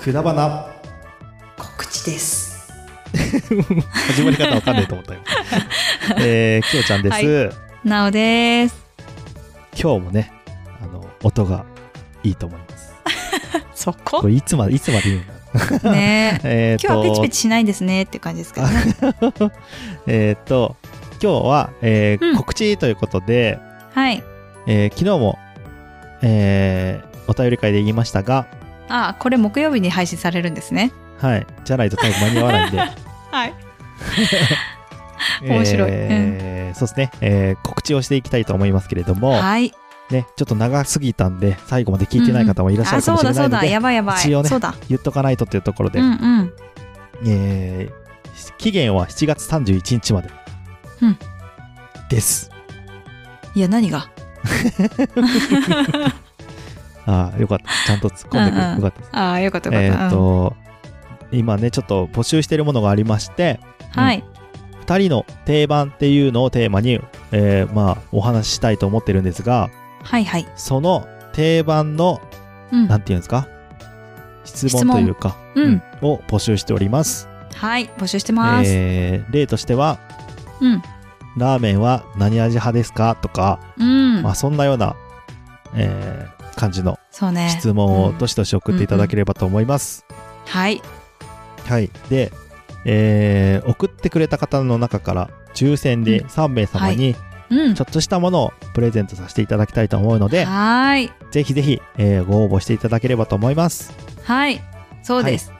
くだばな告知です。 始まり方わかんないと思 ったよ、えー、きよちゃんです、はいなおです。今日もねあの音がいいと思いますそここれいつまでいつまで言うん だ ね。えー今日はペチペチチしないんですねっていう感じですけどね。えーっと今日は、えーうん告知ということで、はい。えー昨日も、えーお便り会で言いましたがあ、これ木曜日に配信されるんですね。はいじゃないと多分間に合わないんではい。 面白いえーそうですね、えー告知をしていきたいと思いますけれども、はい。ね、ちょっと長すぎたんで最後まで聞いてない方もいらっしゃあ、るかそもうしだれなそいうのだ。で、やばいやばい。一応ねそうだ。言っとかないとっていうところで、うんうん。えー期限は7月31日まで、うんですいや何が。ああよかったちゃんと突っ込んでくれうてんうんよかったですあー、よかったよかっえた。ーっうんと、今ねちょっと募集しているものがありましてはい。 2人の定番っていうのをテーマに、えーまあお話ししたいと思ってるんですがはいはい。その定番のうんなんていうんですか質問というか、うん。を募集しております。はい。募集してます。えー例としては、うん。ラーメンは何味派ですかとか、うんま。あそんなような、えー感じのそうね。質問をうんどしどし送っていただければと思います。はい。はい。で、えー送ってくれた方の中から抽選でうん3名様にうん。ちょっとしたものをプレゼントさせていただきたいと思うので、はーい。ぜひぜひ、えーご応募していただければと思います。はい。そうです。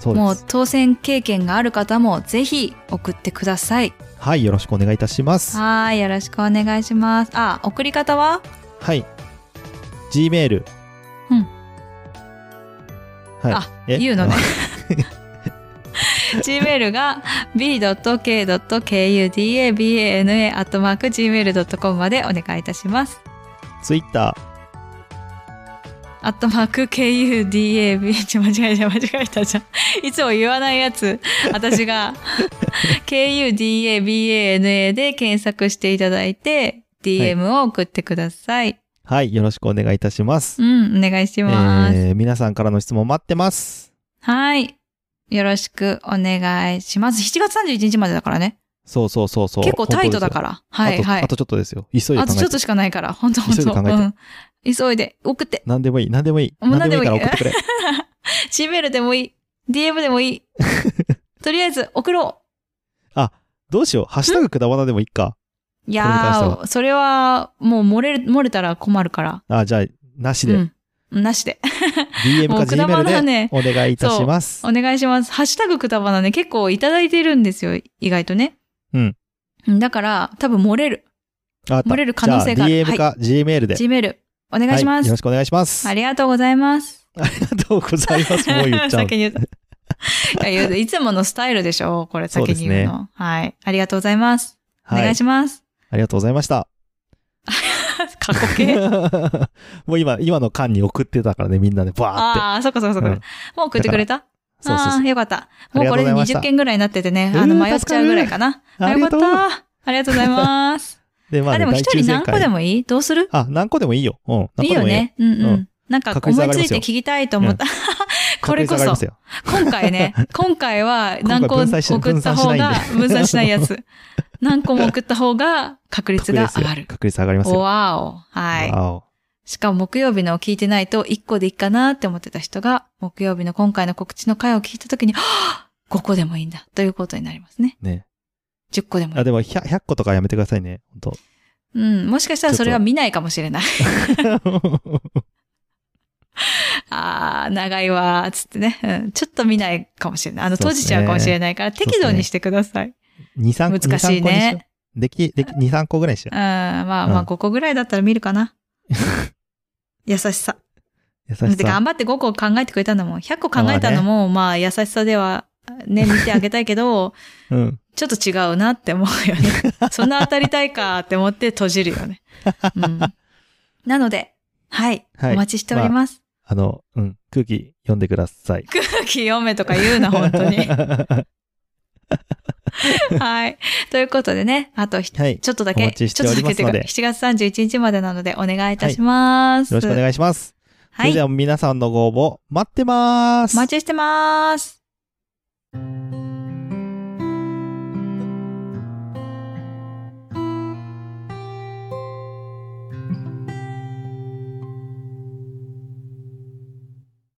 そうもでうす。当選経験がある方もぜひ送ってください。はい。よろしくお願いいたします。はーい、よろしくお願いします。あ、送り方ははい。Gmail。うんはい。あえ言う のね。Gmail が b.k.kudabana.gmail.com までお願いいたします。 Twitter。アットマーク KUDAB、ちょ間違えた、間違えたじゃん。いつも言わないやつ。私が KUDABANA で検索していただいて、DM を送ってください。はい。よろしくお願いいたします。うん、お願いします。えー皆さんからの質問待ってます。はい。よろしくお願いします。7月31日までだからね。そうそうそうそう。結構タイトだから。本当はですよ。いはい。あと、あとちょっとですよ。急いであ考とちょえってと。しかないから。本当本急いで当考えてうん。急いで。送って。何でもいい。何でもいい。もう何でもいいから送ってく れ。シーベルでもいい。DM でもいい。 とりあえず送ろどうしよう。ハッシュタグくだばなでもいいか。う。いこれに関してやー、それはもう漏れる、漏れたら困るから。あ、じゃあ、なしで。うん。なしで。 DM もかうくだば Gmail なでねお願いいたします。お願いします。ハッシュタグくだばなね、結構いただいてるんですよ。意外とね。うん。だから、多分漏れる。あわかった漏れる可能性があるじゃあ DM か Gmail で。 Gmail。お願いしまはすよろ。しくお願いします。ありがとうございます。。ありがとうございます。もう言っちゃう 先に言った。いや言ういつものスタイルでしょこれそう先でにすね言うの。はい。ありがとうございます。おは願いい。します。ありがとうございました。過去形もう今、今の間に送ってたからね、みんなでバーって。ああ、そっかそっかそっか。うんもう送ってくれたそうそうあそあうー、。よかった。もうこありがとうごれでざいました20件ぐらいになっててね、うんあの、迷っちゃうぐらいかな。あありよがかとっう。た。ありがとうございます。で、 まああ、ね、でも大一抽人何選個で会。もいいどうするあ、何個でもいいよ。うん。い何い個でよもいい。ね。うんう。うんなんか確思率上いがつりまいすてよ聞きたいと思った。これ確率上がこりそま、すよ今回 ね、今回は何個今回分散し送った方が、分分散散ししなないい やつ。何個も送った方が確率が上がる。確率上がりますおよ。わお。はわおい。しかも木曜日のを聞いてないと1個でいいかなって思ってた人が、木曜日の今回の告知の回を聞いたときに、はぁ !5 個でもいいんだ。ということになりますね。ね。 10個でもいあ、い。でも100、100個とかやめてくださいね。 本うん。もしかしたらそれは見ないかもしれない。 当あー、長いわー、つってね。うん。ちょっと見ないかもしれない。あの、そう閉っすねじちゃうかもしれないから、っすね適度にしてください。 2、3個。難しいね2 3個にしよう。でき、でき、2、3個ぐらいにしようん、まあまうあん5個ぐらいだったら見る かな。優しさ。う。優だしってさ。頑張って5個考えてくれたんだもん。100個考えたのも、まあ優しさではね、見てあげたいけど、 うん。ちょっと違うなって思うよね。 そんな当たりたいかって思って閉じるよね。うん、なので、はい、はいお待ちしております。あの、うん。空気読んでください。空気読めとか言うな、 本当 に。ははい。ということでね、あとひい。よちょっとだおけ、待ちしておりますのでちょっとだけっていうか7月31日までなのでお願いいたします。ろしくお願いします。それでは皆さんのご応募待ってまーす。お待ちしてます。